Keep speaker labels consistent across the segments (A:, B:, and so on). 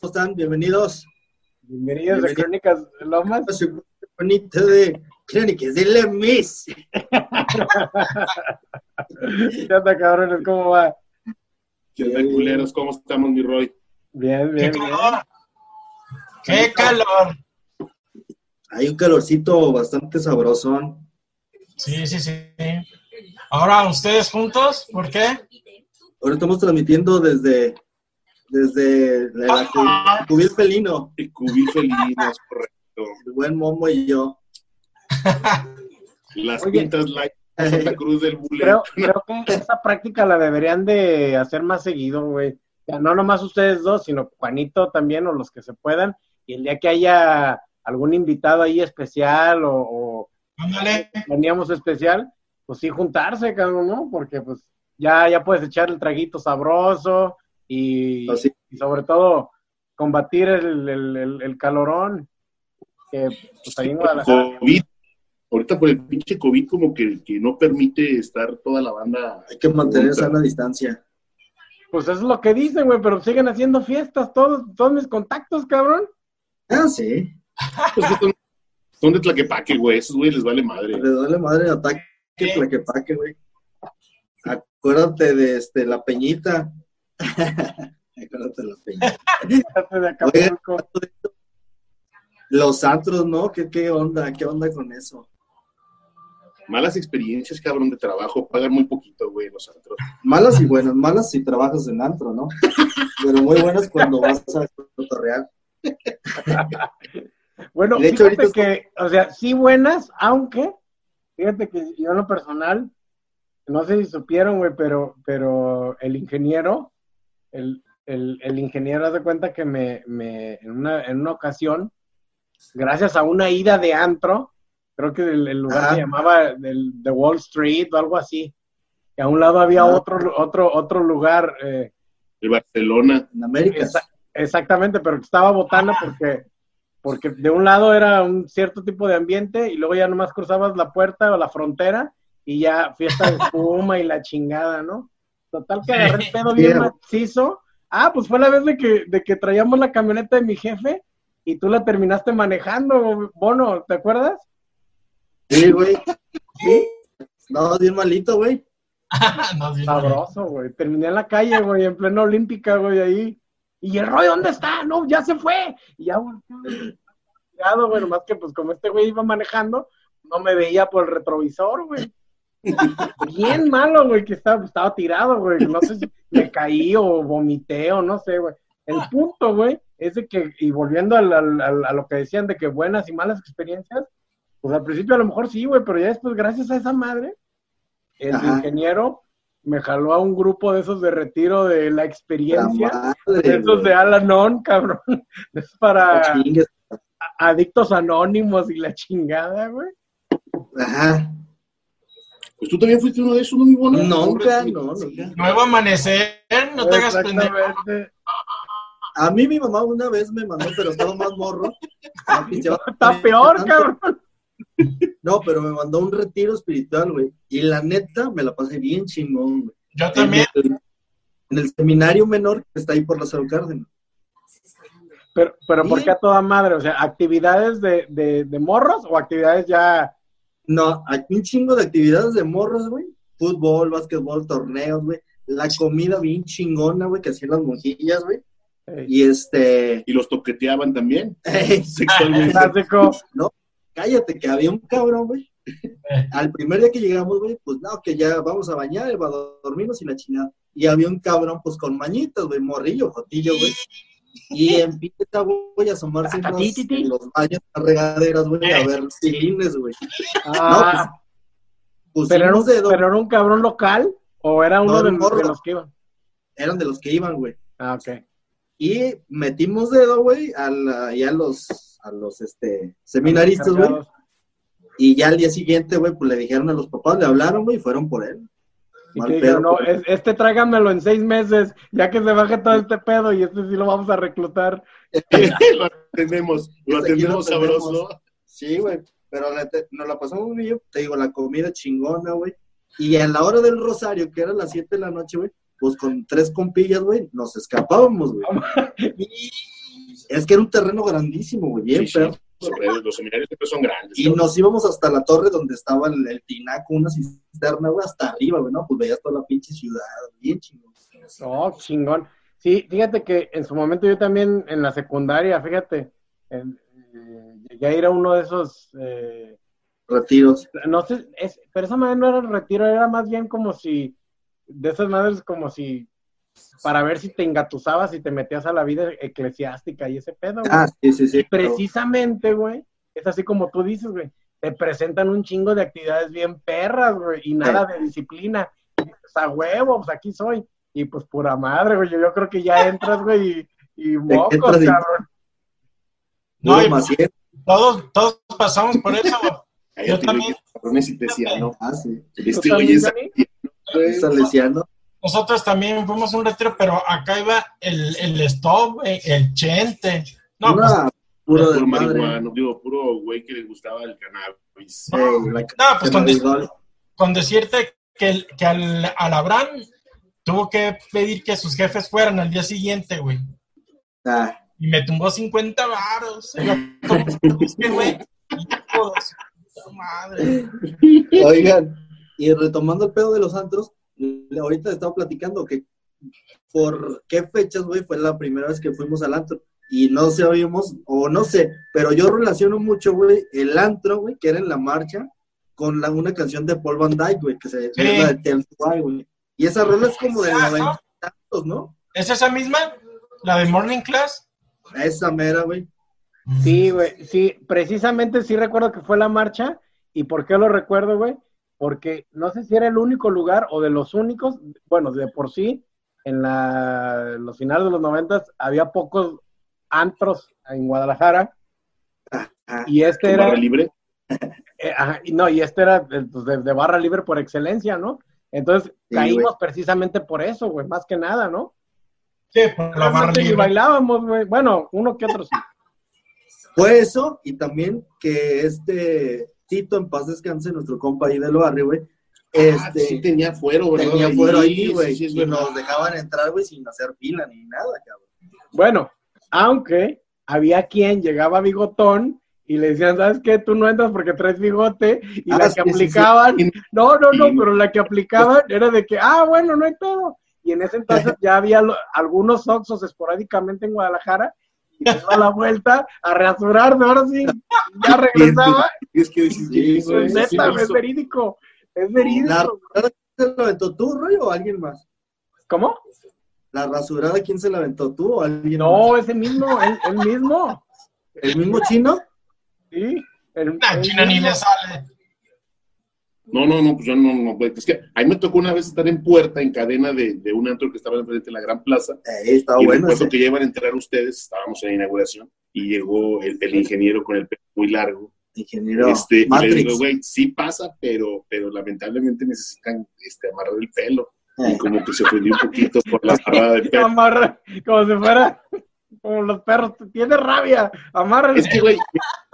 A: ¿Cómo están? Bienvenidos.
B: Bienvenidos, a Crónicas Lomas.
A: a su bonito de Crónicas de la Miss.
B: ¿Qué onda, cabrones? ¿Cómo va?
C: ¿Qué tal, culeros? ¿Cómo estamos, mi Roy?
B: Bien,
D: ¡Qué
B: bien, bien.
D: calor! ¡Qué calor!
A: Hay un calorcito bastante sabrosón.
D: Sí, sí, sí. Ahora ustedes juntos, ¿por qué?
A: Ahora estamos transmitiendo desde, desde la, la cu- cubil felino.
C: El cubí felinos, correcto.
A: El buen Momo y yo.
C: Las
B: Oye.
C: pintas light de Santa Cruz del Bule.
B: Creo, creo que esa práctica la deberían de hacer más seguido, güey. Ya no nomás ustedes dos, sino Juanito también o los que se puedan. Y el día que haya algún invitado ahí especial o, o
D: Ándale.
B: planeamos especial, pues sí juntarse, cabrón, ¿no? Porque pues ya, ya puedes echar el traguito sabroso y,
A: Así.
B: y sobre todo combatir el, el- el- el calorón. Que pues ahí en Guadalajara.
C: COVID. Ahorita por el pinche COVID como que, que no permite estar toda la banda.
A: Hay que mantener sana distancia.
B: Pues eso es lo que dicen, güey, pero siguen haciendo fiestas todos, todos mis contactos, cabrón.
A: Ah, sí.
C: Pues que son, son de Tlaquepaque, güey. Esos güey les vale madre.
A: Le duele madre el ataque,
D: Sí.
A: tlaquepaque, güey. Acuérdate de este, la peñita. Acuérdate de la peñita.
B: de Acapulco.
A: Los antros, ¿no? ¿Qué, qué onda? ¿Qué onda con eso?
C: Malas experiencias, cabrón, de trabajo. Pagan muy poquito, güey, los antros.
A: Malas y buenas, malas si trabajas en antro, ¿no? Pero muy buenas cuando vas a cotorrear.
B: Bueno,
A: De hecho,
B: fíjate
A: ahorita
B: que, o sea, sí buenas, aunque, fíjate que yo en lo personal, no sé si supieron, güey, pero, pero el ingeniero, el, el, el ingeniero hace cuenta que me, me en, una, en una ocasión, gracias a una ida de antro, creo que el, el lugar
A: Ajá.
B: se llamaba el, The Wall Street o algo así, que a un lado había
A: Ah.
B: otro, otro, otro lugar, eh,
C: El Barcelona.
A: En América.
B: Esa- Exactamente, pero que estaba botana porque, porque de un lado era un cierto tipo de ambiente y luego ya nomás cruzabas la puerta o la frontera y ya fiesta de espuma y la chingada, ¿no? Total que agarré el pedo bien
A: Sí.
B: macizo. Ah, pues fue la vez de que, de que traíamos la camioneta de mi jefe y tú la terminaste manejando, Bono, ¿te acuerdas?
A: Sí, güey. Sí. No, bien malito, güey.
D: Nos vimos.
B: Sabroso, güey. Terminé en la calle, güey, en plena olímpica, güey, ahí. Y el Roy, ¿dónde está? No, ya se fue. Y ya, güey, cuidado, güey, más que pues como este güey iba manejando, no me veía por el retrovisor, güey. Bien malo, güey, que estaba, pues, estaba tirado, güey. No sé si me caí o vomité o no sé, güey. El punto, güey, es de que, y volviendo al- al- al- a lo que decían de que buenas y malas experiencias, pues al principio a lo mejor sí, güey, pero ya después, gracias a esa madre, el
A: Ajá.
B: ingeniero me jaló a un grupo de esos de retiro de la
A: La
B: experiencia, de
A: madre.
B: esos de
A: güey.
B: Alanon, cabrón. Es para
A: Chingues.
B: adictos anónimos y la chingada, güey.
A: Ajá.
C: Pues tú también fuiste uno de esos, ¿no, mi bono?
A: Nunca,
C: Sí,
A: no,
C: sí.
A: nunca.
D: Nuevo amanecer, no te hagas pendejo.
B: Exactamente.
A: A mí mi mamá una vez me mandó, pero estaba más morro.
B: Está peor, cabrón.
A: No, pero me mandó un retiro espiritual, güey. Y la neta, me la pasé bien chingón, güey.
D: Yo también.
A: En el, en el seminario menor que está ahí por la Salud Cárdenas.
B: Pero, pero
A: Sí.
B: ¿por qué a toda madre? O sea, ¿actividades de, de, de morros o actividades ya?
A: No, hay un chingo de actividades de morros, güey. Fútbol, básquetbol, torneos, güey. La comida bien chingona, güey, que hacían las monjillas, güey.
B: eh,
A: Y este...
C: Y los toqueteaban también. Sexualmente.
B: clásico?
A: cállate, que había un cabrón, güey. Al primer día que llegamos, güey, pues no, que ya vamos a bañar, eh, va a dormirnos y la chingada. Y había un cabrón, pues con mañitas, güey, morrillo, jotillo, güey. Y empieza, güey, a asomarse en los, en los baños, en las regaderas, güey,
B: Eh,
A: a ver silines, güey.
B: Ah,
A: pues, Pusimos
B: pero, era un,
A: dedo,
B: pero era un cabrón local o era uno
A: No,
B: de,
A: era un morro.
B: de los que iban?
A: eran de los que iban, güey.
B: Ah, ok.
A: Y metimos dedo, güey, a, la- y a los, a los, este, seminaristas, güey.
B: Cargados.
A: Y ya al día siguiente, güey, pues le dijeron a los papás, le hablaron, güey, y fueron por él.
B: Y
A: Mal
B: que
A: pedo,
B: dijeron, no,
A: pero-
B: es- este tráigamelo en seis meses, ya que se baje todo este pedo y este sí lo vamos a reclutar.
C: lo atendemos. Lo
A: Pues, Aquí lo atendemos.
C: atendemos sabroso.
A: Sí, güey. Pero la neta, nos la pasamos muy bien, te digo, la comida chingona, güey. Y a la hora del rosario, que era las 7 de la noche, güey, pues con tres compillas, güey, nos escapábamos, güey. es que era un terreno grandísimo, güey, bien,
C: Sí, sí,
A: pero.
C: sobre- los seminarios siempre son grandes.
A: Y
C: cabrón.
A: nos íbamos hasta la torre donde estaba el, el tinaco, una cisterna, güey, hasta arriba, güey, ¿no? Pues veías toda la pinche ciudad, bien chingón.
B: No, chingón. Sí, fíjate que en su momento yo también en la secundaria, fíjate, en- eh, llegué a ir a uno de esos, eh,
A: Retiros.
B: no sé, es- pero esa madre no era retiro, era más bien como si, de esas madres como si, para ver si te engatusabas y te metías a la vida eclesiástica y ese pedo, güey.
A: Ah, sí, sí, sí. pero-
B: precisamente, güey, es así como tú dices, güey, te presentan un chingo de actividades bien perras, güey, y nada de disciplina. Y dices, a huevo, pues aquí soy. Y pues pura madre, güey, yo, yo creo que ya entras, güey, y, y mocos,
A: entras en-
B: cabrón.
A: Puro
D: No, y- pues,
A: Maciel.
D: Todos, todos pasamos por eso, güey.
C: Cállate,
D: yo
C: güey,
D: también.
C: que cabrones, y te decía, no,
A: Ah, sí.
C: este
B: ¿Tú
C: güey
B: también,
C: es
B: Dani?
C: güey.
A: Es Salesiano.
D: Nosotros también fuimos a un retiro, pero acá iba el, el stop, güey, el chente.
A: No,
D: No, pues,
A: puro de
C: puro
A: madre.
C: marihuano, digo, puro güey que le gustaba el cannabis.
A: Ey, la
D: no, pues
A: que
D: con,
A: me
D: des-
A: dio-
D: con decirte que, el- que al, al Abraham tuvo que pedir que sus jefes fueran al día siguiente, güey.
A: Ah,
D: Y me tumbó 50 varos. Y yo, ¿cómo es que, güey? Hijo de su Madre.
A: Oigan, y retomando el pedo de los antros, le- ahorita estaba platicando que por qué fechas, güey, fue la primera vez que fuimos al antro. Y no sabíamos, o no sé, pero yo relaciono mucho, güey, el antro, güey, que era en la marcha, con la, una canción de Paul Van Dyke, güey, que se
D: Sí.
A: es la de Tell Me Why, güey. Y esa rola es como de
D: Ajá.
A: noventa y tantos, ¿no?
D: ¿Es esa misma? ¿La de Morning Class?
A: Esa mera, güey.
B: Sí, güey, sí, precisamente sí recuerdo que fue la marcha. ¿Y por qué lo recuerdo, güey? Porque no sé si era el único lugar o de los únicos, bueno, de por sí, en la, los finales de los noventas había pocos antros en Guadalajara.
A: Ajá.
B: Y este
C: Barra
B: era,
C: libre. Ah,
B: eh, ajá, y no, y este era eh, pues, de, de barra libre por excelencia, ¿no? Entonces
A: Sí,
B: caímos precisamente por eso, güey, más que nada, ¿no?
D: Sí, por la barra
B: Realmente ni
D: libre.
B: bailábamos, güey. Bueno, uno que otro sí.
A: Fue eso, y también que este Tito, en paz descanse, nuestro compa ahí del barrio, güey,
C: Ah,
A: este,
C: sí tenía fuero, ¿verdad?
A: tenía fuero ahí,
C: Sí,
A: güey,
C: sí, sí, es
A: y
C: verdad.
A: nos dejaban entrar, güey, sin hacer fila ni nada, cabrón.
B: Bueno, aunque había quien llegaba bigotón y le decían, ¿sabes qué? Tú no entras porque traes bigote. Y
A: Ah,
B: la
A: sí,
B: que
A: sí, sí.
B: aplicaban, no, no, no,
C: Y-
B: pero la que aplicaban era de que, ah, bueno, no hay todo. Y en ese entonces ya había lo- algunos oxos esporádicamente en Guadalajara. Y se daba la vuelta a reasurarse, ahora sí, ya regresaba.
C: Es que dices,
A: Sí,
C: "Hijo de
A: güey,
C: su
B: Neta,
C: hizo".
B: es verídico. Es verídico.
A: La rasurada, ¿quién se la aventó tú, Roy, o alguien más?
B: ¿Cómo?
A: La rasurada, ¿quién se la aventó tú o alguien más?
B: No, ese mismo, el, el mismo.
A: ¿El mismo chino?
B: Sí. El,
D: La
B: el
D: china ni
B: mismo.
D: le sale.
C: No, no, no, pues yo no, no, güey. Es que ahí me tocó una vez estar en puerta, en cadena de, de un antro que estaba enfrente de la Gran Plaza.
A: Eh, está
C: y
A: bueno
C: recuerdo
A: ese.
C: que ya iban a entrar ustedes, estábamos en la inauguración, y llegó el, el ingeniero con el pelo muy largo.
A: ingeniero
C: este, y le digo,
A: Matrix.
C: güey, sí pasa, pero, pero lamentablemente necesitan este, amarrar el pelo. Y
A: Eh,
C: como que se ofendió un poquito por la parada de pelo.
B: amarra como si fuera como los perros. Tiene rabia, amarra.
C: Es que, güey,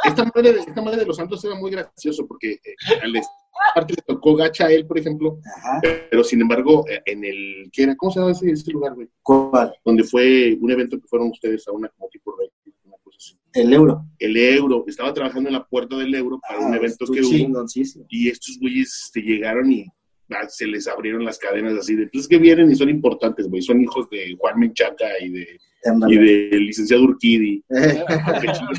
C: esta madre, de- esta madre de los santos era muy gracioso porque eh, al est- parte le tocó gacha a él, por ejemplo,
A: ajá.
C: pero sin embargo, eh, en el, ¿qué era? ¿Cómo se llama ese, ese lugar, güey?
A: ¿Cuál?
C: Donde fue un evento que fueron ustedes a una como tipo de una cosa así.
A: El euro.
C: El euro, estaba trabajando en la puerta del euro para un
A: Ah,
C: evento
A: estuvo
C: que hubo,
A: chingoncísimo.
C: y estos güeyes este, llegaron y ah, se les abrieron las cadenas así de, entonces que vienen y son importantes, güey, son hijos de Juan Menchaca y de, y
A: Ándale.
C: del licenciado Urquidi.
A: Eh,
C: Qué chingos.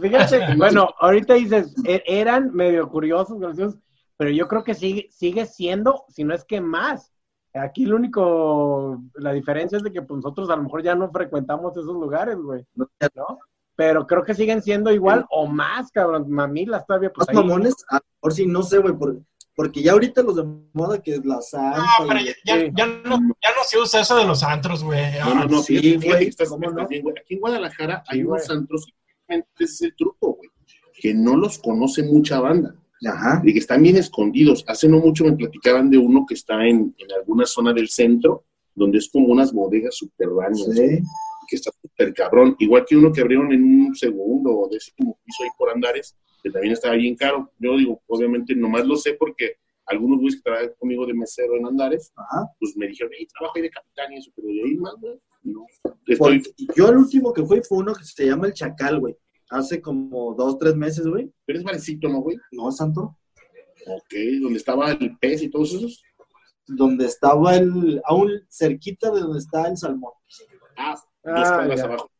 B: Fíjate, bueno, ahorita dices, e- eran medio curiosos, graciosos, pero yo creo que sigue, sigue siendo, si no es que más. Aquí lo único, la diferencia es de que pues, nosotros a lo mejor ya no frecuentamos esos lugares, güey,
A: no,
B: ¿no? Pero creo que siguen siendo igual o más, cabrón. Mamilas todavía, pues
A: Los
B: ahí.
A: mamones, a lo mejor sí, no sé, güey, por- porque ya ahorita los de moda que es la
D: No,
B: Ah,
A: santa.
D: pero
A: y-
D: ya, ya, ya no, ya no se usa eso de los antros, güey.
C: No,
D: Ah,
C: no, no,
A: Ah, Sí,
C: fíjate, fíjate
A: güey,
C: que estás-
A: ¿cómo
C: estás
A: no?
C: bien, güey. Aquí en Guadalajara hay
B: Sí,
C: unos
B: güey.
C: antros que realmente ese es el truco, güey, que no los conoce mucha banda,
A: Ajá.
C: y que están bien escondidos. Hace no mucho me platicaban de uno que está en, en alguna zona del centro, donde es como unas bodegas subterráneas,
A: Sí.
C: que está súper cabrón. Igual que uno que abrieron en un segundo o décimo piso ahí por Andares, que también estaba bien caro. Yo digo, obviamente, nomás lo sé porque algunos güeyes que trabajan conmigo de mesero en Andares,
A: Ajá.
C: pues me dijeron, hey, trabajo ahí de capitán y eso, pero de ahí más, güey, no. Estoy,
A: Porque yo el último que fui fue uno que se llama El Chacal, güey. Hace como dos, tres meses, güey.
C: pero es barecito, ¿no, güey?
A: No, Santo.
C: Ok, donde estaba el pez y todos esos.
A: Donde estaba el... Aún cerquita de donde está el salmón.
C: Ah,
B: Ah,
C: dos cuadras
B: ya.
C: abajo.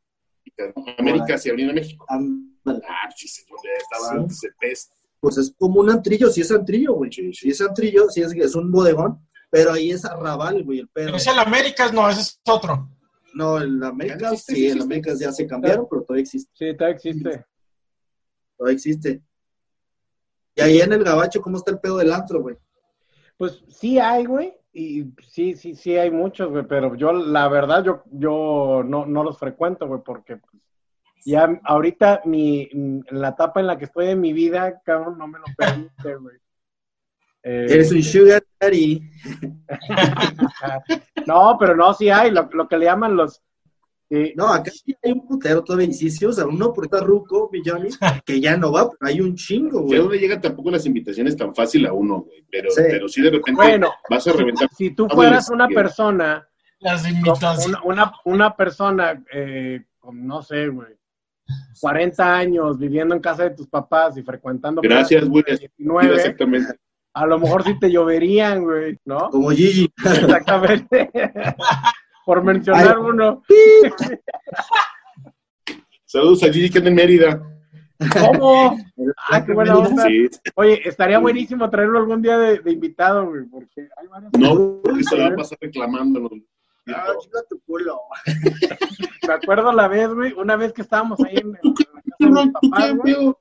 C: América se abrió en México.
A: Ándale.
C: Ah, sí, sí, donde estaba
A: Sí.
C: antes el pez.
A: Pues es como un antrillo, si es antrillo, güey. Si es antrillo, si es, es un bodegón. Pero ahí es arrabal, güey, el pedo.
D: Es el Américas, no, ese es otro.
A: No, el América,
C: Ya existe,
A: sí, el
C: existe.
A: América ya se cambiaron, pero todavía existe.
B: Sí, todavía existe.
A: Todavía existe. Y ahí en el gabacho, ¿cómo está el pedo del antro, güey?
B: Pues sí hay, güey, y sí, sí, sí hay muchos, güey, pero yo, la verdad, yo, yo no, no los frecuento, güey, porque pues, ya ahorita mi, mm, la etapa en la que estoy de mi vida, cabrón, no me lo permite, güey. Eh,
A: Eres un sugar daddy.
B: no, pero no, sí hay, lo, lo que le llaman los... eh,
A: No, acá sí hay un putero todavía, y sí, sí, o sea, uno por está ruco, mi Johnny, que ya no va, pero hay un chingo,
C: Ya
A: güey.
C: no le llegan tampoco las invitaciones tan fácil a uno, güey. Pero,
A: Sí.
C: pero sí de repente
B: Bueno.
C: vas a reventar.
B: si tú
C: Ah,
B: fueras
C: bueno,
B: una
C: sí.
B: persona
D: Las
B: No,
D: invitaciones.
B: una, una, una persona eh, con, no sé, güey, 40 años viviendo en casa de tus papás y frecuentando.
C: Gracias,
B: clases
C: güey.
B: de
C: Mira,
B: 19,
C: Exactamente.
B: a lo mejor sí te lloverían, güey, ¿no?
A: Como Gigi.
B: Exactamente. Por mencionar
A: Ay.
B: uno.
C: Saludos a Gigi que anda en Mérida.
B: ¿Cómo? Ah, qué buena onda.
C: Sí.
B: Oye, estaría buenísimo traerlo algún día de, de invitado, güey, porque hay varias
C: No, porque se la va a pasar reclamándonos.
A: Ah, chinga tu culo.
B: Me acuerdo la vez, güey, una vez que estábamos ahí en, en la casa de
C: Cabrón,
B: mis
C: ¿tú
B: papás,
C: qué,
B: güey.
C: pedo?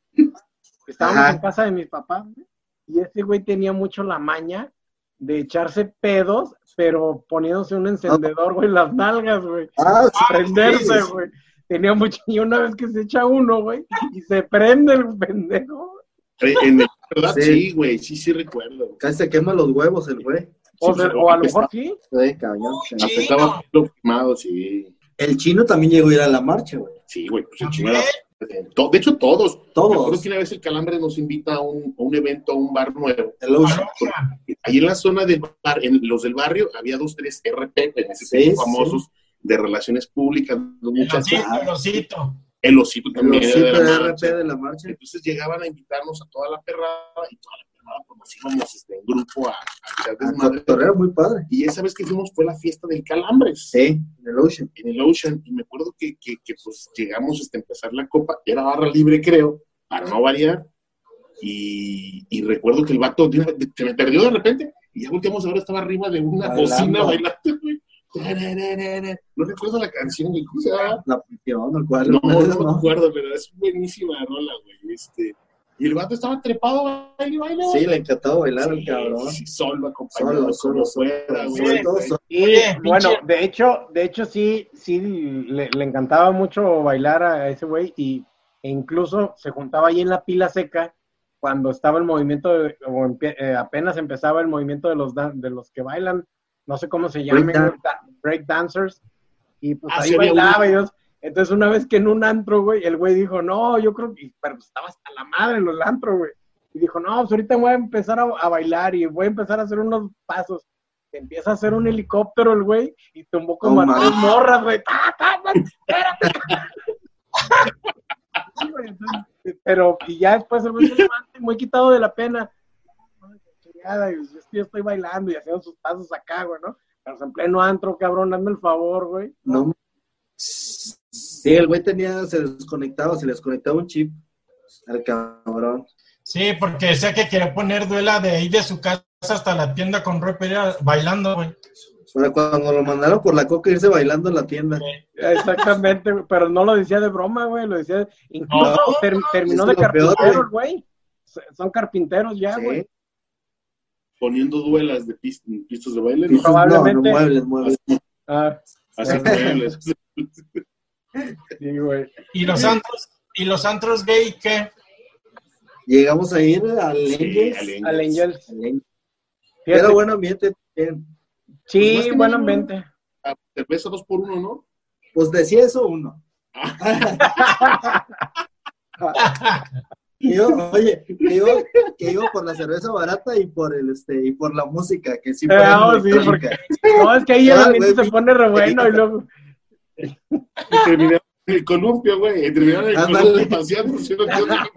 B: Estábamos
A: Ajá.
B: en casa de mis papás, güey, y ese güey tenía mucho la maña de echarse pedos, pero poniéndose un encendedor, güey, en las nalgas, güey.
A: Ah, sí,
B: Prenderse,
A: sí, sí.
B: güey. Tenía mucho, y una vez que se echa uno, güey, y se prende el pendejo.
C: Eh, en el- ¿Verdad?
A: Sí.
C: Sí, güey. Sí, sí, recuerdo.
A: Casi se quema los huevos el güey.
B: O,
C: Sí,
B: sea,
C: pues,
B: o a lo mejor
C: apestaba.
B: sí.
A: Sí, cabrón.
D: Chino.
C: Apestaba lo quemado, sí.
A: El chino también llegó a ir a la marcha, güey.
C: Sí, güey. Pues el
D: También.
C: chino era- To- De hecho, todos. Me acuerdo
A: Todos.
C: que una vez el Calambre nos invita a un, a un evento, a un bar nuevo.
A: El Ocean.
C: Ahí en la zona del bar, en los del barrio, había dos, tres RP, en ese
A: Sí,
C: tiempo
A: sí.
C: famosos, de relaciones públicas,
D: El
C: muchas.
D: osito, el osito.
C: El osito
A: El
C: también.
A: osito
C: era de la
A: de RP
C: marcha.
A: de la marcha.
C: Entonces llegaban a invitarnos a toda la perrada y toda la perrada, pues nos íbamos este, en grupo a, a echar
A: Al
C: desmadre.
A: cotorreo, Ah, muy padre.
C: Y esa vez que fuimos fue la fiesta del Calambre.
A: Sí, en el Ocean.
C: en el Ocean y me acuerdo que, que, que, pues llegamos hasta empezar la copa, era barra libre creo, para no variar, y, y recuerdo que el vato de una- se me perdió de repente y ya volteamos ahora estaba arriba de una
A: Bailando.
C: bocina bailando, güey. Tarararara. No recuerdo la canción, güey, ¿cómo se llama?
A: La función, el cual.
C: No, no, me
A: ¿no?
C: acuerdo, pero es buenísima rola, güey. Este, y el vato estaba trepado, baile, baile.
A: Sí,
C: baile.
A: le encantaba bailar al
C: Sí,
A: cabrón.
C: sí, solo acompañado,
A: Solo, solo,
C: solo,
A: solo.
C: fuera, güey.
A: Sobre todo
C: güey.
A: solo.
B: Y
D: Oye,
B: bueno,
D: pinche-
B: de hecho, de hecho sí, sí le, le encantaba mucho bailar a ese güey y e incluso se juntaba ahí en la pila seca cuando estaba el movimiento de- o empie- eh, apenas empezaba el movimiento de los dan- de los que bailan, no sé cómo se llaman,
A: Breakdan-
B: güey, da- break dancers y pues
C: Ah,
B: ahí
C: sí, había
B: bailaba
C: uno.
B: y Dios. Entonces una vez que en un antro, güey, el güey dijo, "No, yo creo que pero estaba hasta la madre en los antros, güey." Y dijo, "No, pues ahorita voy a empezar a, a bailar y voy a empezar a hacer unos pasos." Empieza a hacer un helicóptero el güey y tumbó como
A: No
B: a tres
A: mames.
B: morras, güey. ¡Ta, ta, ta! ¡Espérate! Sí, güey, entonces, Pero, y ya después el güey se levanta y muy quitado de la pena. Ay, chingada, y pues, es que yo estoy bailando y haciendo sus pasos acá, güey, ¿no? Pero pues, en pleno antro, cabrón, hazme el favor, güey.
A: No. Sí, el güey tenía, se desconectaba, se le desconectaba un chip al cabrón.
D: Sí, porque decía que quería poner duela de ahí de su casa hasta la tienda con Roy Pereira bailando, güey.
A: Bueno, cuando lo mandaron por la coca irse bailando en la tienda.
B: Exactamente, güey, pero no lo decía de broma, güey, lo decía. Incluso
D: No,
B: ter- terminó
A: es
B: de
A: lo peor,
B: carpintero, el güey. S- Son carpinteros ya,
A: Sí.
B: güey.
C: Poniendo duelas de pist- pistas de baile, ¿no?
A: Dices, No, no,
B: Probablemente.
A: muebles, muebles.
B: Ah,
C: Así duelas.
B: sí, güey.
D: Y los antros, y los antros gay que
A: Llegamos a ir al
C: Sí,
A: Engels.
C: al Engels.
B: Al Angels.
A: Al Engels.
B: Fíjate,
A: Era buen ambiente también.
B: Sí,
C: Pues más que
B: buen
C: nada,
B: ambiente.
C: Ah, Cerveza dos por uno, ¿no?
A: Pues decía eso uno. Que iba- oye, que iba, que iba por la cerveza barata y por el este y por la música, que sí, por
B: Ah,
A: la
B: sí,
A: electrónica.
B: No, es que ahí el
A: Ah,
B: ambiente
A: güey,
B: se pone re bueno y luego.
C: Y terminaron en el columpio, güey. Terminaron en el
A: Ándale.
C: columpio paseando. haciendo cosas.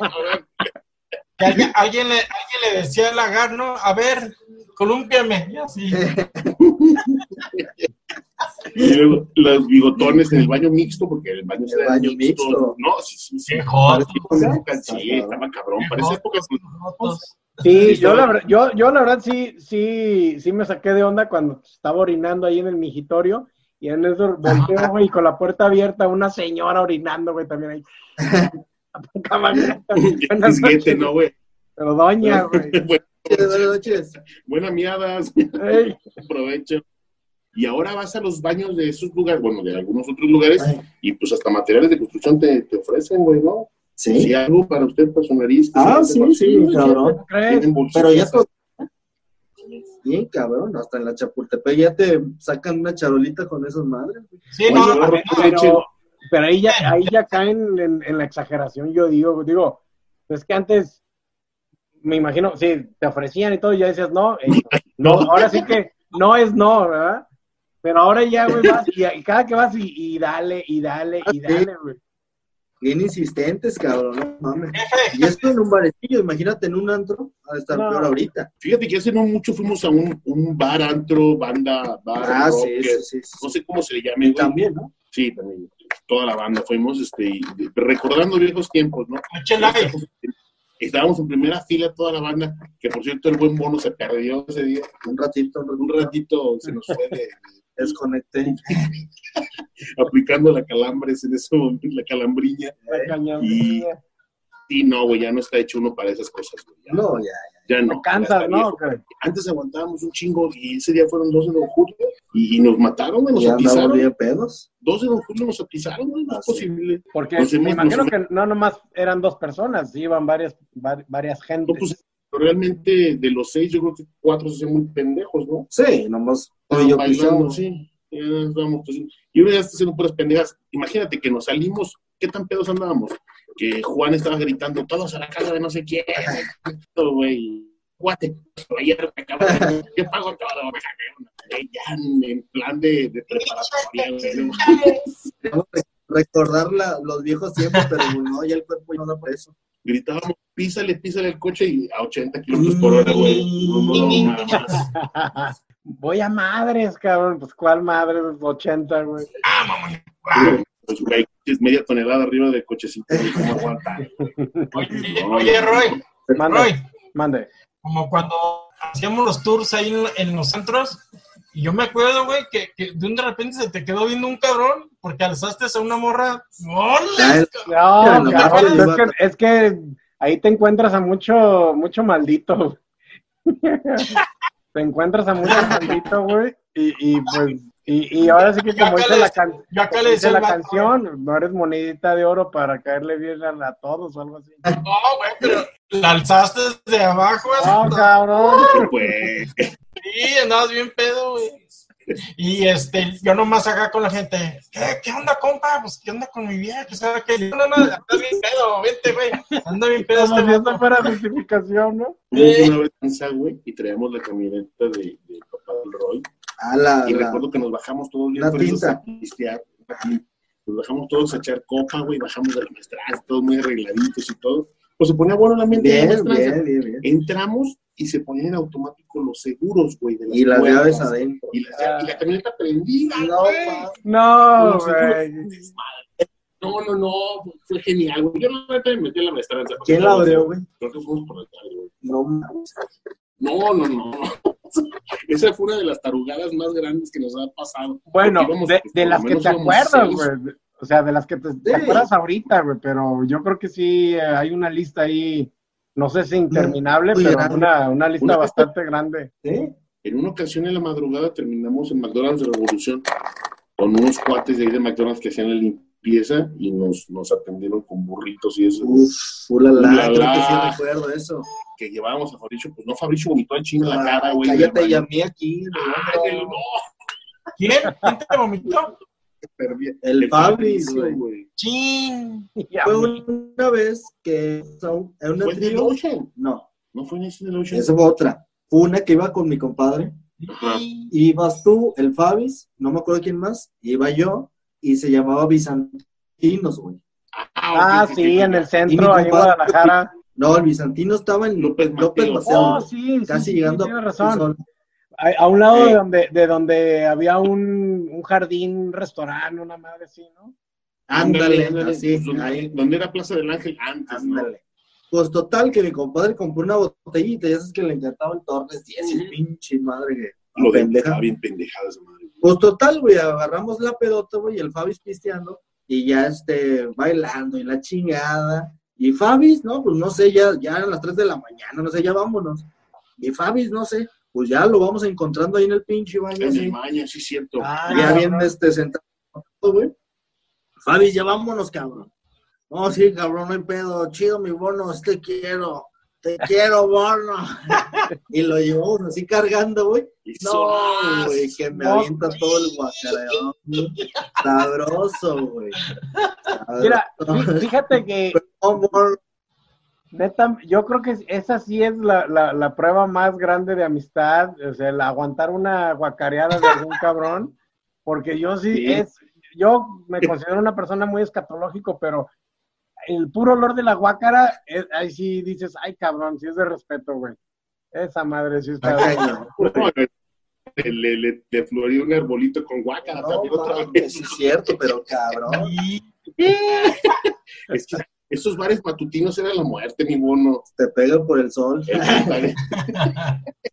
D: Que alguien, alguien le, alguien le decía al lagar, ¿no? A ver, colúmpiame. Y así.
C: Y luego los bigotones en el baño mixto, porque el baño
A: El
C: era
A: baño mixto.
C: No, sí, sí, sí.
D: Qué joto.
C: Para esa época, sí,
A: Ajá.
C: estaba cabrón. Para esa época, sí.
D: Jotos.
B: Sí,
C: Sí,
B: yo
C: yo-
B: la, verdad- yo, yo la verdad sí, sí, sí me saqué de onda cuando estaba orinando ahí en el mijitorio y en eso volteo, güey, y con la puerta abierta, una señora orinando, güey, también ahí. La poca madre. Buenas
C: Es guete,
B: noches.
C: ¿no, güey?
B: Pero doña, güey.
A: Buenas noches.
C: Buena miadas.
B: Ey,
C: Aprovecho. Y ahora vas a los baños de esos lugares, bueno, de algunos otros lugares,
A: Ay,
C: y pues hasta materiales de construcción te, te ofrecen, güey, ¿no?
A: Sí.
C: Si algo para usted, para su nariz. que
A: Ah,
C: se
A: sí,
C: mete
A: sí,
C: vacío,
A: cabrón.
B: ¿cómo crees?
C: tienen bolsitas.
A: Pero ya todo. Bien, cabrón, hasta en la Chapultepec ya te sacan una charolita con esas madres.
D: Sí,
C: Oye,
D: no,
C: yo
D: también,
C: rompí
D: no.
C: leche,
B: Pero, pero ahí ya, ahí ya caen en, en la exageración, yo digo, digo, es que antes, me imagino, sí, te ofrecían y todo, y ya decías, no, eh,
C: No,
B: ahora sí que no es no, ¿verdad? Pero ahora ya, güey, vas y, y cada que vas y, y dale, y dale,
C: Ah,
B: y dale, güey.
A: Bien insistentes, cabrón, no mames.
D: Jefe,
A: Y esto en un barecillo, imagínate en un antro, a estar
B: No.
A: peor ahorita.
C: Fíjate que hace no mucho fuimos a un, un bar, antro, banda, bar,
A: Ah, sí,
C: rocker,
A: sí, sí. sí.
C: no sé cómo se le llame, Pues, güey.
A: También, ¿no?
C: Sí, también. Toda la banda fuimos, este, y- y recordando viejos tiempos, ¿no?
D: noche live.
C: Estábamos en primera fila toda la banda, que por cierto el buen bono se perdió ese día.
A: Un ratito, un
C: Un
A: ratito,
C: ratito se nos fue de,
A: desconecté.
C: aplicando la calambres en ese momento, la calambrilla.
B: La cañón.
C: Y- Sí, no, güey, ya no está hecho uno para esas cosas, güey. Ya,
A: No, ya.
C: ya no.
B: Te
C: ya
B: cansas,
C: está
B: ¿no?
C: viejo. Antes aguantábamos un chingo y ese día fueron 12 de don Julio y, y nos mataron, güey, nos
A: Ya andamos
C: atizaron.
A: bien Ah, pedos.
C: 12 de don Julio nos atizaron, güey, no es
A: Así.
C: posible.
B: Porque
C: Nos hemos-
B: me imagino
C: nos-
B: que no nomás eran dos personas, iban varias, var- varias
C: No,
B: gentes.
C: pues, pero realmente de los seis, yo creo que cuatro se hacen muy pendejos, ¿no?
A: Sí, nomás tú y
C: Estaban
A: Ah, yo
C: bailando,
A: pisamos.
C: sí. Eh, vamos, pues, y uno ya está haciendo puras pendejas. Imagínate que nos salimos, ¿qué tan pedos andábamos? Que Juan estaba gritando, todos a la casa de no sé quién. Todo, güey. pues, Guate, ayer me acabo de- yo pago todo, güey. Eh, Ya en, en plan de, de preparatoria, güey. ¿no?
A: Vamos a Recordar la- los viejos tiempos, pero pues, no, ya el cuerpo ya no da por eso.
C: Gritábamos, písale, písale el coche y a 80 kilómetros por hora, güey. No, no, no, nada más.
B: Voy a madres, cabrón. Pues, ¿cuál madre? 80, güey.
D: Ah, mamón. Ah,
C: Pues, güey, es media tonelada arriba del cochecito, güey, ¿cómo aguanta?
D: Oye, oye, Roy,
B: Mande,
D: Roy,
B: mande.
D: como cuando hacíamos los tours ahí en, en los centros, y yo me acuerdo, güey, que, que de un de repente se te quedó viendo un cabrón porque alzaste a una morra. ¡Hola!
A: Ya,
B: No,
A: Mira, la
B: cabrón,
A: madre
B: es,
A: de
B: que, es que ahí te encuentras a mucho, mucho maldito. te encuentras a mucho maldito, güey. Y, y pues, y, y ahora sí que
D: Yo
B: como
D: acá
B: dice
D: le-
B: la, can-
D: Yo acá
B: como
D: le
B: dice
D: decía al
B: la
D: vato,
B: canción, no eres monedita de oro para caerle bien a, a todos o algo así.
D: No, güey, pero la alzaste desde abajo
B: No,
D: hasta
B: cabrón.
C: Pues,
D: Sí, andabas bien pedo, güey. Y este, yo nomás acá con la gente, ¿qué, qué onda, compa? Pues, ¿qué onda con mi vieja? ¿Qué sabe qué? No, no, no, andas bien pedo, vente, güey. Anda bien pedo
B: Como
D: este
B: si esto
D: vato.
B: fuera justificación, ¿no?
C: Fuimos
D: Sí.
C: una vez en San, güey, y traíamos la camioneta de, de papá del Roy.
A: A la,
C: y
A: la-
C: recuerdo que nos bajamos todos bien
A: Una
C: fresas
A: pinta.
C: a pistear. Nos bajamos todos a echar copa, güey, bajamos de la maestranza, todos muy arregladitos y todo. Pues se ponía bueno la mente de la
A: Bien,
C: maestranza.
A: bien, bien, bien.
C: Entramos y se ponían en automático los seguros, güey, de las
A: Y las
C: puertas.
A: llaves adentro. Ah,
C: Y, las llaves- y la camioneta prendida,
A: No,
C: güey.
A: pa-
B: No,
C: Como si fuera-
B: güey.
C: No, no, no, fue genial, güey. Yo la neta me metí a la maestranza.
A: ¿Quién la abrió, güey?
C: Creo que fuimos por la tarde, güey.
A: No, mames.
C: No, no, no. Esa fue una de las tarugadas más grandes que nos ha pasado.
B: Bueno,
C: Porque íbamos,
B: de,
C: pues,
B: de
C: por lo
B: las que
C: menos
B: te
C: íbamos
B: acuerdas,
C: seis.
B: güey. O sea, de las que te, te
A: Sí.
B: acuerdas ahorita, güey. Pero yo creo que sí eh, hay una lista ahí, no sé si interminable,
A: Muy
B: pero
A: grande.
B: una, una lista
C: Una lista.
B: bastante grande.
A: ¿Sí?
C: En una ocasión en la madrugada terminamos en McDonald's de Revolución con unos cuates de ahí de McDonald's que hacían la limpieza y nos, nos atendieron con burritos y eso.
A: Uf, ulala,
C: Ulala.
A: creo que sí recuerdo eso.
C: Que llevábamos a Fabricio, pues no, Fabricio vomitó en chinga la
A: Ah,
C: cara, güey.
A: cállate,
C: en el
A: y a
C: baño.
A: mí aquí. en el
C: Ay,
A: hombro.
C: el- no,
D: ¿Quién? ¿Quién te vomitó?
C: perdía.
A: El Fabris, güey.
D: Chin.
B: Ya,
A: Fue
B: güey.
A: una vez que en una
C: ¿Fue en el
A: trío.
C: Ocean?
A: No,
C: ¿No fue en el Ocean?
A: esa fue otra. Fue una que iba con mi compadre.
C: Ajá.
A: Ibas tú, el Fabis, no me acuerdo quién más, iba yo, y se llamaba Bizantinos, güey.
B: Ah,
C: ok, ok,
B: sí,
C: ok.
B: en el
A: Y mi
B: centro, ahí
A: compadre-
B: en Guadalajara.
A: No, el Bizantino estaba en
C: López
A: López,
C: Mateos.
A: Mateo,
B: Oh, sí, sí,
A: casi
B: sí,
A: llegando
B: tienes
A: a
B: razón.
A: Puzol.
B: A, a un lado de
C: Eh.
B: donde, de donde había un, un jardín, un restaurante, una madre así, ¿no?
A: Ándale, así,
C: Pues, ¿dónde-
A: ahí,
C: ¿Dónde era Plaza del Ángel? Antes, ¿no?
A: ándale. Pues total, que mi compadre compró una botellita, ya sabes que le encantaba el Torres 10, y pinche madre que
C: Lo de
A: pendeja.
C: estaba bien pendejada esa madre.
A: Pues total, güey, agarramos la pedota, güey, y el Fabis pisteando, y ya este, bailando, y la chingada. Y Fabis, no, pues no sé, ya, ya eran las 3 de la mañana, no sé, ya vámonos. Y Fabis, no sé, pues ya lo vamos encontrando ahí en el pinche baño,
C: En
A: así,
C: el Maya, sí, cierto.
B: Ah,
A: ya
B: cabrón.
A: bien este, sentado, güey. Fabis, ya vámonos, cabrón. No, sí, cabrón, no hay pedo, chido mi bono, te quiero, te quiero, bono. y lo llevamos así cargando, güey.
C: Y
A: No,
C: ¡zas!
A: güey, que me
B: no,
A: avienta todo el guacareón. güey. Sabroso, güey.
B: Mira,
A: Sabroso.
B: fí- fíjate que
A: No more.
B: Neta, yo creo que esa sí es la, la- la prueba más grande de amistad, o sea, el aguantar una guacareada de algún cabrón, porque yo sí,
C: Sí.
B: es, yo me considero una persona muy escatológico, pero el puro olor de la guacara, eh, ahí sí dices, ay cabrón, sí es de respeto, güey. Esa madre sí está.
A: Está cañón, güey.
C: No, le, le, le, le florí un arbolito con guácara
A: No,
C: también otra
A: mames,
C: vez.
A: sí es cierto, pero
D: Ah,
A: cabrón.
D: Y
C: Es que esos bares matutinos eran la muerte, mi bono.
A: Te pega por el sol.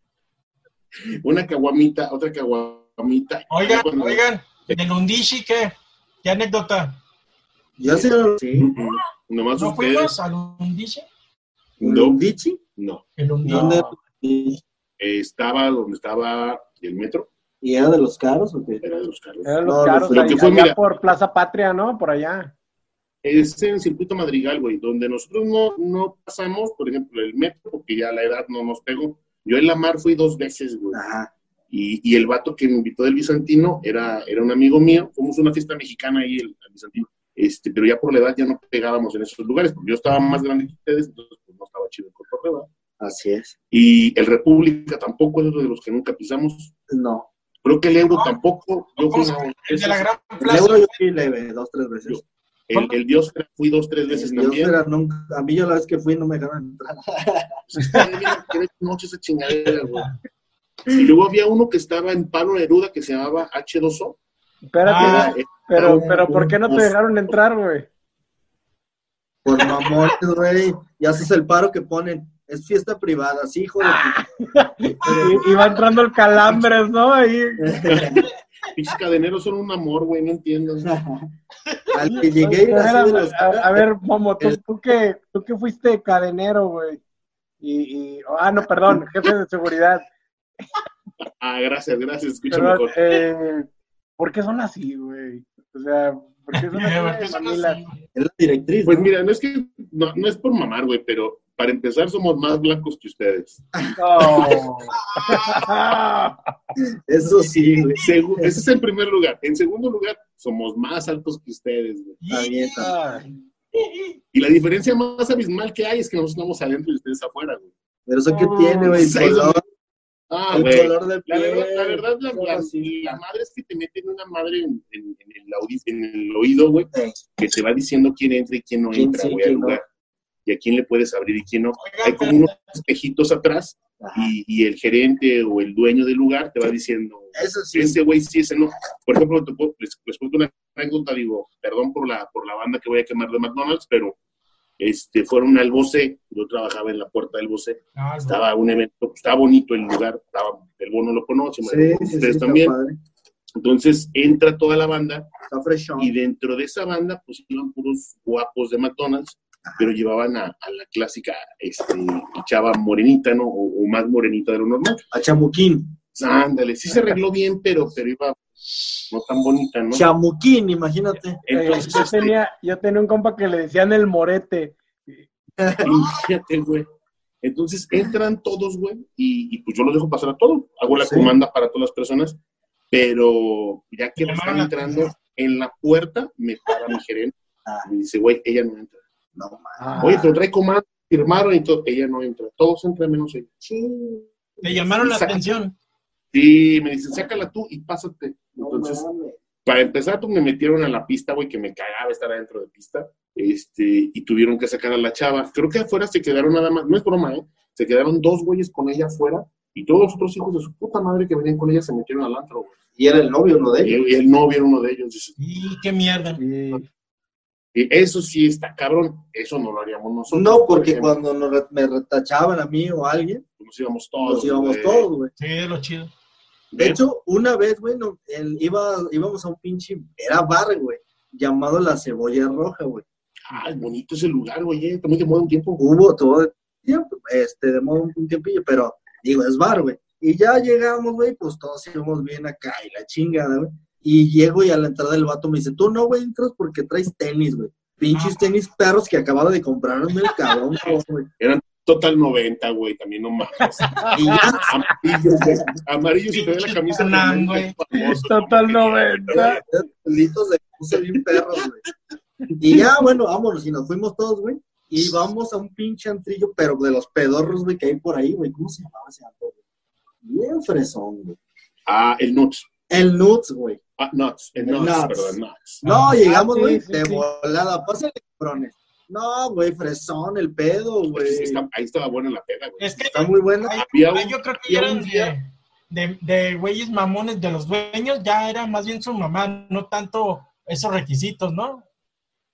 C: Una caguamita, otra caguamita.
D: Oigan,
C: Bueno,
D: oigan, ¿en el Undishi qué? ¿Qué anécdota?
C: Eh,
A: Yo sí lo sí.
C: mm, Nomás
D: ¿No
C: ustedes.
D: fuimos al Undishi?
C: No,
A: ¿Lundichi?
C: no.
D: El Undishi.
A: ¿Dónde? era Lundichi?
C: Eh, estaba donde estaba el metro,
A: ¿Y era de los caros o qué?
C: era de los carros.
B: Eran los
A: No,
B: caros,
A: lo
B: ahí-
C: que fue,
B: allá
C: mira.
B: por Plaza Patria, ¿no? Por allá.
C: Es en el circuito Madrigal, güey, donde nosotros no, no pasamos, por ejemplo, el metro, porque ya la edad no nos pegó. Yo en la mar fui dos veces, güey.
A: Ajá.
C: Y, y el vato que me invitó del Bizantino era, era un amigo mío. Fuimos a una fiesta mexicana ahí, el, al Bizantino. Este, pero ya por la edad ya no pegábamos en esos lugares, porque yo estaba más grande que ustedes, entonces pues, no estaba chido el cotorreo. ¿verdad?
A: Así es.
C: Y el República tampoco es uno de los que nunca pisamos.
A: No.
C: Creo que el Euro tampoco. Yo
D: ¿Cómo
C: fui
D: se
C: una-
D: El de la Gran
A: El
D: Plaza.
A: euro yo sí le ve dos, tres veces.
C: el, el Dios fui dos, tres veces
A: Yo
C: también.
A: era nunca, a mí yo la vez que fui no me dejaron entrar.
C: Estaba Pues, bien, tres noches esa chingadera, güey. Y luego había uno que estaba en Palo Neruda que se llamaba H2O.
B: Espérate,
D: Ah,
B: güey, pero,
C: un-
B: pero ¿por qué no
C: un-
B: te dejaron entrar, güey?
A: Por mamones, güey. Y haces el paro que ponen. Es fiesta privada, sí, hijo de
C: Ah.
B: Y, y va entrando el calambres, ¿no? Ahí.
C: Pinches cadeneros son un amor, güey, no entiendo.
A: Al que llegué era
B: a,
A: así de
B: ver,
A: los...
B: a- a ver, Momo, tú,
A: El-
B: tú que, tú que fuiste cadenero, güey. Y, y- ah, no, perdón, jefe de seguridad.
C: Ah, gracias, gracias, escucho
B: Perdón,
C: mejor.
B: eh, ¿Por qué son así, güey? O sea, ¿por qué son
D: Eh,
B: así
D: porque
B: de
D: son
B: mamilas?
D: así, güey.
A: Es la directriz.
C: Pues
A: ¿no?
C: mira, no es que no, no es por mamar, güey, pero para empezar somos más blancos que ustedes.
B: No.
A: Eso sí, güey.
C: Segu- ese es en primer lugar. En segundo lugar, somos más altos que ustedes, güey.
A: Está bien, está bien.
B: Ay,
C: Y la diferencia más abismal que hay es que nosotros estamos adentro y ustedes afuera, güey.
A: Pero eso que
C: Mm,
A: tiene, güey, el
C: Seis,
A: color,
C: Ah,
A: el
C: güey.
A: color de
C: La
A: piel.
C: verdad, la, verdad la,
A: todo
C: la-
A: así.
C: la madre es que te meten una madre en, en- en el, audi- en el oído, güey, que te va diciendo quién entra y quién no
A: Quién
C: entra,
A: sí,
C: güey, al
A: quién no.
C: lugar. Y a quién le puedes abrir y quién no. Hay
D: Oigan,
C: como unos espejitos atrás
A: Ajá.
C: y, y el gerente o el dueño del lugar te va diciendo,
A: Eso sí.
C: ese güey sí, ese no. Por ejemplo, te puedo- les, les cuento una anécdota, digo, perdón por la, por la banda que voy a quemar de McDonald's, pero este, fueron al Bocé, yo trabajaba en la puerta del Bocé,
D: Ah, no.
C: estaba un evento, pues, estaba bonito el lugar, estaba, el bono lo conoce,
A: Sí,
C: me
A: sí,
C: lo conocen
A: sí,
C: ustedes
A: está
C: también.
A: padre.
C: Entonces entra toda la banda
A: Está freshón.
C: y dentro de esa banda pues iban puros guapos de McDonald's, pero llevaban a, a la clásica este, chava morenita, ¿no? O, o más morenita de lo normal. Pues,
A: A Chamuquín.
C: Ándale, sí se arregló bien, pero, pero iba no tan bonita, ¿no?
A: Chamuquín, imagínate.
B: eh,
C: Entonces,
B: yo,
C: este,
B: tenía, yo tenía un compa que le decían el morete.
C: imagínate, güey. Entonces entran todos, güey, y, y, pues yo los dejo pasar a todos. Hago la
A: Sí.
C: comanda para todas las personas, pero ya que
D: Llamaron
C: están
D: la
C: entrando,
D: atención.
C: En la puerta me para mi gerente.
A: Ah.
C: Me dice, güey, ella no entra.
A: No, man.
B: Ah,
C: Oye, pero trae comando, firmaron y todo. Ella no entra. Todos entran menos ella.
D: Le llamaron la
C: Exacto.
D: atención.
C: Sí, me dicen, sácala tú y pásate. Entonces,
A: no mames.
C: para empezar, pues me metieron a la pista, güey, que me cagaba estar adentro de pista. Este, y tuvieron que sacar a la chava. Creo que afuera se quedaron nada más, no es broma, ¿eh? Se quedaron dos güeyes con ella afuera y todos los otros hijos de su puta madre que venían con ella se metieron al antro, güey.
A: Y era el novio uno de ellos.
C: Y, y el novio era uno de ellos. Dices,
D: Y qué mierda.
B: sí.
C: "Y eso sí está cabrón, eso no lo haríamos nosotros.
A: No, porque
C: Por ejemplo,
A: cuando nos re- me retachaban a mí o a alguien,
C: nos íbamos todos.
A: nos íbamos
C: güey.
A: todos, güey.
D: Sí, es lo chido.
A: De hecho, una vez, güey, no, en- iba, íbamos a un pinche, era bar, güey, llamado La Cebolla Roja, güey.
C: Ay, bonito ese lugar, güey. eh, Está muy de moda un tiempo.
A: Hubo todo el tiempo, este, de modo un tiempillo, pero digo, es bar, güey. Y ya llegamos, güey, pues todos íbamos bien acá y la chingada, güey. Y llego y a la entrada del vato me dice, tú no, güey, entras porque traes tenis, güey. Pinches tenis perros que acababa de comprarme el cabrón, güey.
C: Total 90, güey, también no mames.
A: Y ya,
C: Amarillo, güey. Amarillo se te ve la
D: Pinche
C: camisa.
D: Tanán,
C: con el famoso,
B: Total
C: ¿no?
B: 90.
A: Pelitos de puse bien perros, güey. Y ya, bueno, vámonos, y nos fuimos todos, güey. Y vamos a un pinche antrillo, pero de los pedorros, güey, que hay por ahí, güey. ¿Cómo se llamaba ese antro, güey? Bien fresón, güey.
C: Ah, el Nuts.
A: El Nuts, güey.
C: Ah, Nuts. El
A: El
C: Nuts,
A: Nuts.
C: perdón, Nuts.
A: No, llegamos,
B: Ah, sí,
A: güey,
B: sí,
A: de
B: sí.
A: volada. Pásale, cabrones. No, güey, fresón, el pedo, güey.
C: Pues, está- ahí estaba buena la peda, güey.
D: Es que
A: Está muy buena.
D: ay,
C: Había
D: ay,
C: un-
D: yo creo que ya
C: había
D: eran
C: un día-
D: de, de, de güeyes mamones de los dueños, ya era más bien su mamá, no tanto esos requisitos, ¿no?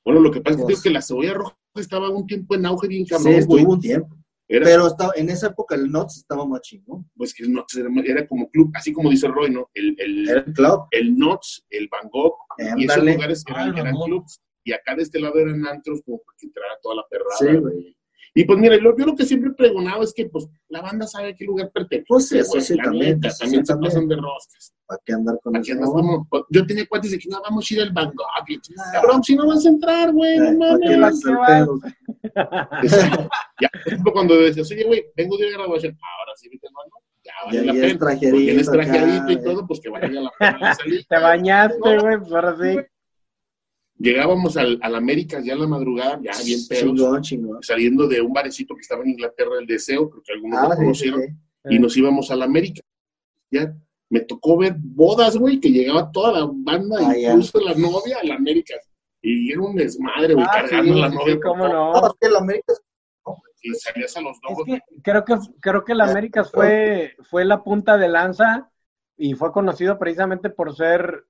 C: Bueno, lo que pasa es que,
A: Pues-
C: es que la cebolla roja estaba un tiempo en auge bien
A: Sí,
C: cabrón,
A: estuvo
C: güey.
A: un tiempo.
C: Era,
A: Pero estaba, en esa época el Nuts estaba más chingón.
C: pues, que el Nuts era, era como club, así como dice Roy, ¿no? El,
A: Era
C: el,
A: el club.
C: el Nuts, el Van Gogh, y esos
A: Ándale.
C: lugares
D: Ah,
C: eran,
D: el
C: eran
D: Van Gogh.
C: clubs. Y acá de este lado eran antros como para que entrara toda la perrada.
A: Sí, güey.
C: Y pues mira, lo- yo lo que siempre pregonaba es que pues la banda sabe a qué lugar pertenece.
A: Pues sí, eso
C: güey,
A: sí,
C: la
A: también,
C: neta,
A: eso sí,
C: también se
A: también.
C: pasan de roscas.
A: ¿Para qué andar con
C: ¿A
A: eso?
C: quién nos vamos? Pues, Yo tenía cuates de que no vamos a ir al Bangkok. Ah, Cabrón, si no vas a entrar, güey, no
A: Ay, Ah. ¿para qué
C: mames.
A: vas al pedo?
C: Exacto. Ya, por ejemplo, cuando decías, oye, güey, vengo de una graduación, ahora sí vete al Bangkok, ya vale
A: Ya,
C: la
A: ya es
C: pena.
A: trajerito.
C: Porque eres
A: acá, eh.
C: trajeadito y
A: güey.
C: todo, pues que vaya la pena la salida.
B: Te bañaste, güey, pues ahora sí.
C: Llegábamos al, al América ya en la madrugada, ya bien pedos,
A: Chingón, chingón.
C: saliendo de un barecito que estaba en Inglaterra, el Deseo, creo que algunos
A: Ah,
C: lo
A: sí, sí,
C: conocieron.
A: sí.
B: Eh.
C: y nos íbamos a la América. Ya me tocó ver bodas, güey, que llegaba toda la banda,
A: Ah, ya.
C: incluso la novia a la América. Y era un desmadre, güey,
B: Ah,
C: cargando a la
B: sí,
C: novia.
B: sí,
C: por
B: cómo
C: todo.
A: No,
B: no.
A: es que el América es-
C: Y salías a los
B: Es
C: dos.
B: que creo que creo que la América fue, fue la punta de lanza y fue conocido precisamente por ser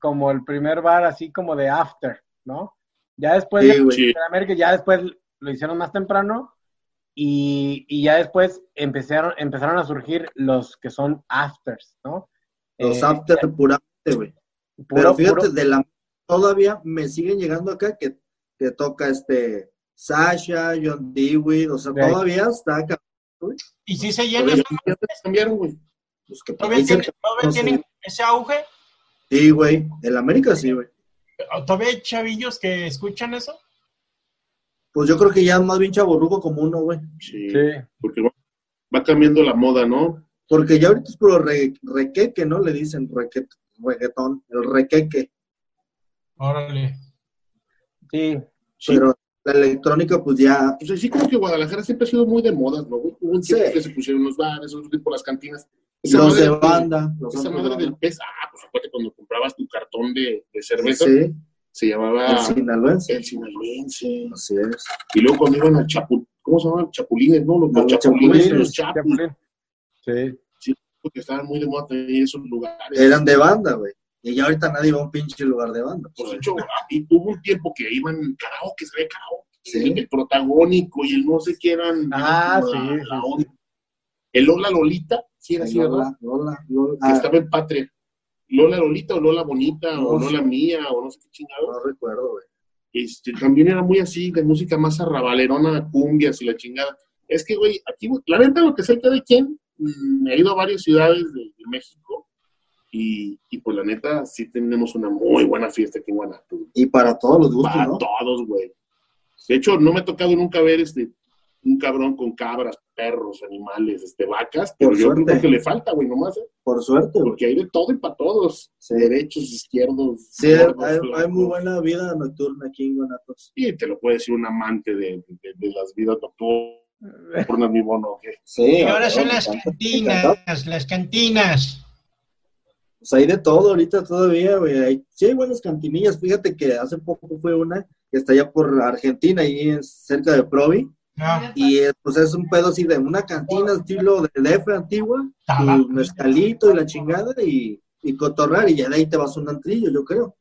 B: como el primer bar así como de after, ¿no? Ya después
A: Sí,
B: de
A: güey.
C: Sí.
B: de la América, ya después lo hicieron más temprano y, y ya después empezaron, empezaron a surgir los que son afters, ¿no?
A: Los
B: Eh,
A: after puramente, güey.
B: puro-
A: Pero fíjate,
B: puro-
A: de la todavía me siguen llegando acá que, que toca este Sasha, John Dewey, o sea,
B: Sí.
A: todavía está acá.
D: Y sí se llena,
C: Pero ya ya te cambiaron, güey.
A: Pues que para
D: todavía,
A: ahí
D: tiene-
A: cerca.
D: todavía
A: no sé.
D: tienen ese auge,
A: Sí, güey. El América sí, güey.
D: todavía hay chavillos que escuchan eso.
A: Pues yo creo que ya más bien chaborruco como uno, güey.
C: Sí,
B: sí.
C: porque va, va cambiando la moda, ¿no?
A: Porque ya ahorita es puro re- requeque, ¿no? Le dicen reque- reggaetón, el requeque.
D: Órale.
B: sí.
C: Sí.
A: Pero la electrónica, pues ya.
C: Pues así como que Guadalajara siempre ha sido muy de modas, ¿no? güey? Hubo un tiempo
A: Sí.
C: que se pusieron los bares, otro tipo las cantinas. Esa
A: Los
C: madre
A: de
C: del-
A: banda. Los
C: Esa
A: otros
C: madre
A: de
C: del pez, ah, pues acuérdate cuando comprabas tu cartón de, de
A: banda.
C: cerveza,
A: Sí,
C: se llamaba
A: el sinaloense.
C: el sinaloense.
A: Así es.
C: Y luego cuando iban al Chapul, ¿cómo se llaman? Chapulines, ¿no? Los,
A: No,
C: los
A: los
C: chapulines,
A: chapulines,
C: los chapulines,
B: Chapulín. Sí.
C: que estaban muy de moda también en esos lugares.
A: Eran de banda, güey. Y ya ahorita nadie va a un pinche lugar de banda.
C: Pues, de hecho, y hubo un tiempo que iban karaoke, se ve karaoke,
A: Sí.
C: el, el protagónico y el no sé qué eran.
B: Ah,
C: eran como
B: sí,
C: la-
B: sí,
C: la
B: sí.
C: onda. El Lola Lolita, sí era así, ¿verdad?
A: Lola, Ah. Lola, Lola.
C: Que estaba en Patria. Lola Lolita o Lola Bonita o
A: No sé.
C: Lola Mía o no sé qué chingado.
A: No recuerdo, güey.
C: este, también era muy así, de música más arrabalerona, cumbias y la chingada. Es que, güey, aquí, güey, la neta, lo que sé cada quien, mm, he ido a varias ciudades de, de México y, y, pues, la neta, sí tenemos una muy buena fiesta aquí en Guanajuato.
A: Y para todos los gustos,
C: Para
A: ¿no?
C: todos, güey. De hecho, no me ha tocado nunca ver este, un cabrón con cabras, perros, animales, este, vacas, pero yo creo que le falta, güey, nomás, ¿eh?
A: Por suerte, güey.
C: porque hay de todo y para todos,
A: Sí.
C: derechos, izquierdos,
A: Sí, hay,
C: gordos,
A: hay- hay muy
C: flacos.
A: buena vida nocturna aquí en Guanatos.
C: Y te lo puede decir un amante de, de- de las vidas nocturnas, mi bono, que
A: Sí.
D: Y ahora
A: ah,
D: son
A: no,
D: las
A: encanta- encantado.
D: cantinas, las cantinas.
A: Pues hay de todo ahorita todavía, güey. Hay- Sí, hay buenas cantinillas. Fíjate que hace poco fue una que está allá por Argentina, ahí en- cerca de Provi.
D: No,
A: Y eh, pues es un pedo así de una cantina estilo de DF antigua,
D: tabaco.
A: tu mezcalito y la chingada y, y cotorrar. Y ya de ahí te vas a un antrillo, yo creo.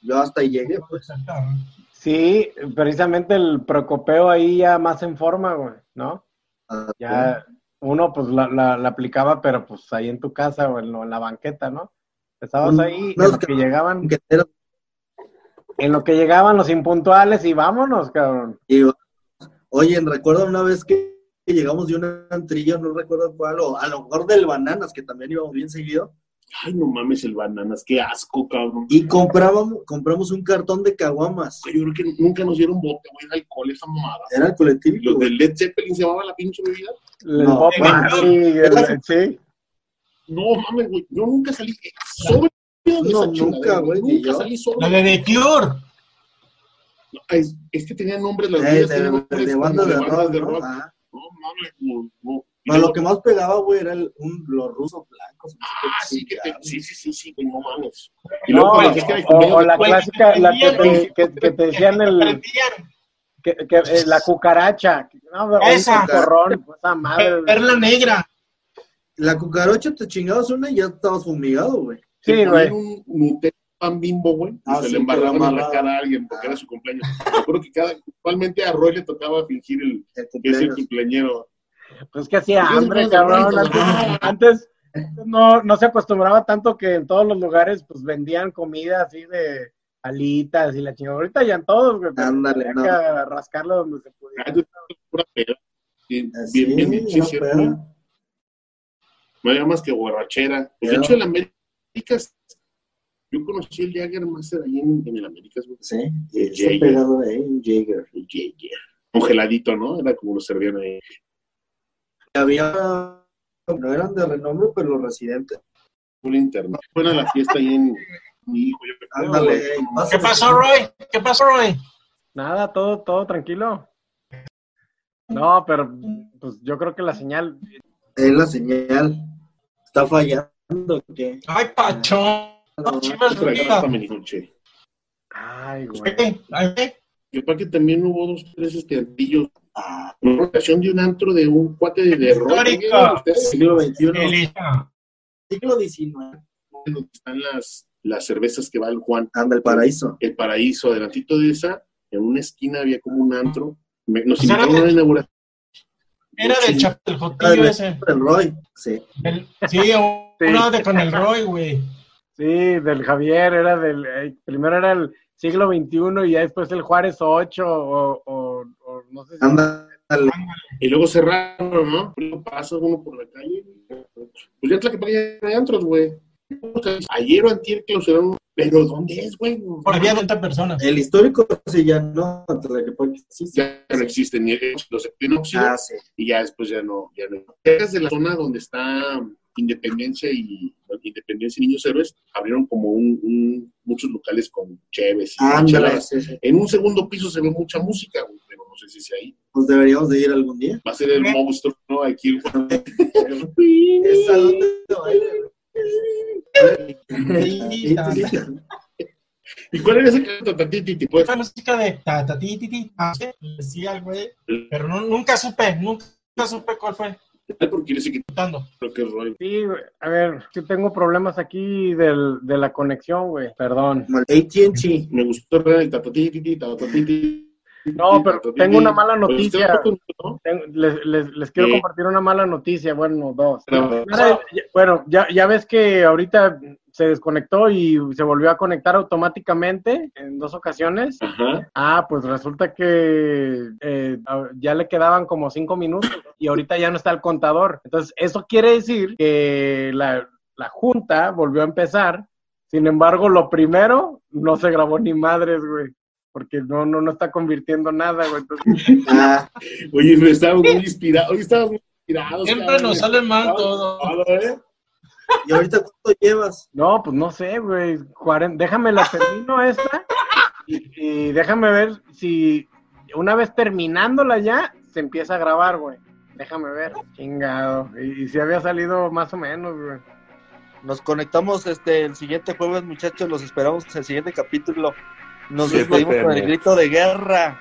A: Yo hasta ahí llegué, pues.
B: Sí, precisamente el Procopeo ahí ya más en forma, güey, ¿no?
A: Ah,
B: Ya uno pues la, la- la aplicaba, pero pues ahí en tu casa o en, lo- en la banqueta, ¿no? Estabas
A: Mm,
B: ahí,
A: no,
B: en
A: es
B: lo
A: que-
B: que llegaban,
A: aunque era-
B: en lo que llegaban los impuntuales y vámonos, cabrón.
A: Y, oye, recuerdo una vez que que llegamos de un antrillo, no recuerdo cuál, o a lo mejor del Bananas, que también íbamos bien seguido,
C: ay, no mames el bananas, qué asco, cabrón.
A: y comprábamos, compramos un cartón de caguamas.
C: Yo creo que nunca nos dieron bote, güey, de alcohol, esa mamada.
A: Era el colectivo.
C: Los
A: güey.
C: de Led Zeppelin se llamaba la pinche bebida.
B: El
A: No.
B: Bob Marley, el- sí.
C: No mames, güey, yo nunca salí eh, sobrio de
A: No,
C: esa chingadera,
A: nunca, güey, ni
C: Nunca
A: yo.
C: salí
D: La
C: sobrio.
D: de The Cure.
C: No, Es, es que tenían nombres las
A: Eh,
C: bebidas,
A: de,
C: tenían
A: de-
C: nombres
A: de bandas
C: como
A: de rock,
C: de
A: ¿no?
C: rock.
A: Ajá.
C: No mames, güey, no. Y
A: Pero
C: luego-
A: lo que más pegaba, güey, era el- un- los rusos blancos. no sé qué
C: Ah, sí, que te,
A: chingados.
C: sí, sí, sí, sí, güey, no mames. Y
B: No,
C: luego pues, con la
B: o-
C: fiesta de
B: o, o
C: cumpleaños,
B: la
D: güey,
B: clásica, la que
D: güey.
B: te, que- que te decían el, que, que, eh, la cucaracha. No, güey,
D: Esa.
B: un corrón, pues, esa madre. güey.
D: Perla negra.
A: La cucarocha te chingabas una y ya estabas fumigado, güey.
C: te
B: Sí, güey.
C: ponían un Nutella pan bimbo, güey, y
A: Ah,
C: se
A: sí,
C: le
A: que
C: embarraron
A: la
C: en la
A: amarraba.
C: cara a alguien porque era su cumpleaños. Me acuerdo que cada, actualmente a Roy le tocaba fingir el,
A: El
C: que es el
A: cumpleaños.
C: cumpleañero.
B: Pues que hacía
C: Dios
B: hambre,
C: mío,
B: cabrón.
C: Roberto,
B: Antes,
C: ah.
B: antes no, no se acostumbraba tanto que en todos los lugares pues vendían comida así de alitas y la chingada. Ahorita ya en todos, güey. pero
A: Ándale,
B: había
A: no.
B: que rascarlo donde se pudiera.
C: Ah, yo- Pura peda. Sí,
A: Así,
C: Bien, bien, bien, sí,
A: Ah, una
C: sí,
A: peda.
C: güey. No había más que borrachera. Pues, de
A: Claro.
C: hecho, el Américas, yo conocí el Jagermaster ahí en, en el Américas, güey.
A: Sí,
C: El
A: está
C: Jaeger.
A: pegado ahí, un Jaeger.
C: El Jaeger. Congeladito, ¿no? Era como lo servían ahí.
A: Y había, no eran de renombre, pero los residentes.
C: Un internet. Buena la fiesta ahí en. Mi hijo, yo me acuerdo,
A: Ándale,
C: güey.
D: ¿Qué pasó, Roy? ¿Qué pasó, Roy?
B: Nada, todo, todo tranquilo. No, pero pues yo creo que la señal.
A: Es la señal. Está fallando. ¿qué?
D: Ay, Pachón. No, chivas,
C: Otra
D: Rivas.
C: gata me dijo, che.
B: Ay, güey.
D: Ay, ay,
C: Yo para que también hubo dos, tres este, antillos.
A: Ah,
C: Una relación de un antro de un cuate de, de rock.
D: Histórico.
C: ¿Vieron ustedes?
A: siglo XXI,
D: Elisa.
A: siglo XIX.
C: Donde están las, las cervezas que va el Juan.
A: Anda, el paraíso.
C: el paraíso, adelantito de esa, en una esquina había como un antro. Me- nos
D: O sea,
C: invitaron a una inauguración.
D: Era del chap del jotillo ese.
A: El Roy. Sí.
D: Del- sí, uno de con el Roy, güey.
B: Sí, del Javier, era del. eh, primero era el siglo XXI y ya después el Juárez 8 o, o- o no sé si.
A: Anda,
C: Y luego cerraron, ¿no? Luego pasa uno por la calle. Pues ya Tlaquepaque ya no hay antros, güey. O sea, Ayer o antier clausuraron. ¿Pero dónde es, güey?
D: Por había 30 personas.
A: el histórico pues, sí ya no. Tlaquepaque, Sí, sí.
C: Ya no existen ni los equinoccios.
A: Ah, sí.
C: y ya después ya no. Ya no. Cerca de la zona donde está Independencia y Independencia y Niños Héroes, abrieron como un, un- muchos locales con cheves y
A: Ándale,
C: cheladas.
A: Ah, sí, sí.
C: En un segundo piso se ve mucha música, güey, pero no sé si sea ahí.
A: Pues deberíamos de ir algún día.
C: Va a ser el monstruo, ¿no? Aquí.
A: Es salón de baile. Ah,
D: Elisa.
C: ¿Y cuál era ese canto? Tatiti, pues.
D: Esta música de ta, ta, ti, ti, ti, ah, sí, decía el güey, pero no- nunca supe, nunca supe cuál fue.
C: Porque yo sé que
D: Contando.
C: creo que es Roy.
B: Sí, güey. a ver, que tengo problemas aquí del, de la conexión, güey, perdón.
A: Como el AT&T.
C: Me gustó el tatatiti, tatatiti.
B: No, pero
C: tatatiti.
B: tengo una mala
C: Pues,
B: noticia.
C: tampoco, ¿no?
B: Tengo- les, les- les quiero
C: Sí.
B: compartir una mala noticia, bueno, dos.
C: Pero-
B: Ahora, ya- bueno, ya, ya ves que ahorita se desconectó y se volvió a conectar automáticamente en dos ocasiones.
C: Ajá.
B: Ah, pues resulta que eh, a- ya le quedaban como cinco minutos y ahorita ya no está el contador. Entonces, eso quiere decir que la, la junta volvió a empezar. Sin embargo, lo primero no se grabó ni madres, güey. porque no, no, no está convirtiendo nada, güey. Entonces,
E: Ah,
C: Oye, me estaba muy inspirado. Hoy estábamos muy inspirados.
D: Siempre
C: cabrón.
D: nos sale mal
C: Estaba
D: todo.
C: ocupado, ¿eh?
E: ¿y ahorita cuánto llevas?
B: no, pues no sé, güey. cuaren- Déjame la termino esta y, y déjame ver si una vez terminándola ya, se empieza a grabar, güey. Déjame ver. Chingado. Y, y si había salido más o menos, güey.
A: Nos conectamos este el siguiente jueves, muchachos. Los esperamos en el siguiente capítulo. Nos
F: Siete
A: despedimos con el
F: PM.
A: grito de guerra.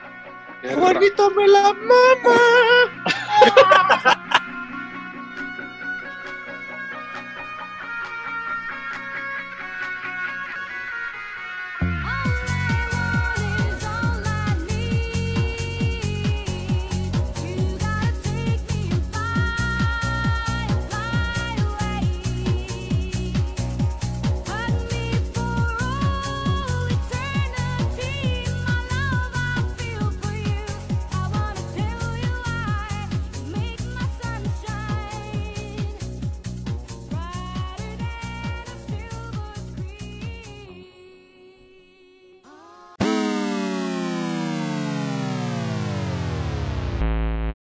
F: Guerra.
A: me la mama!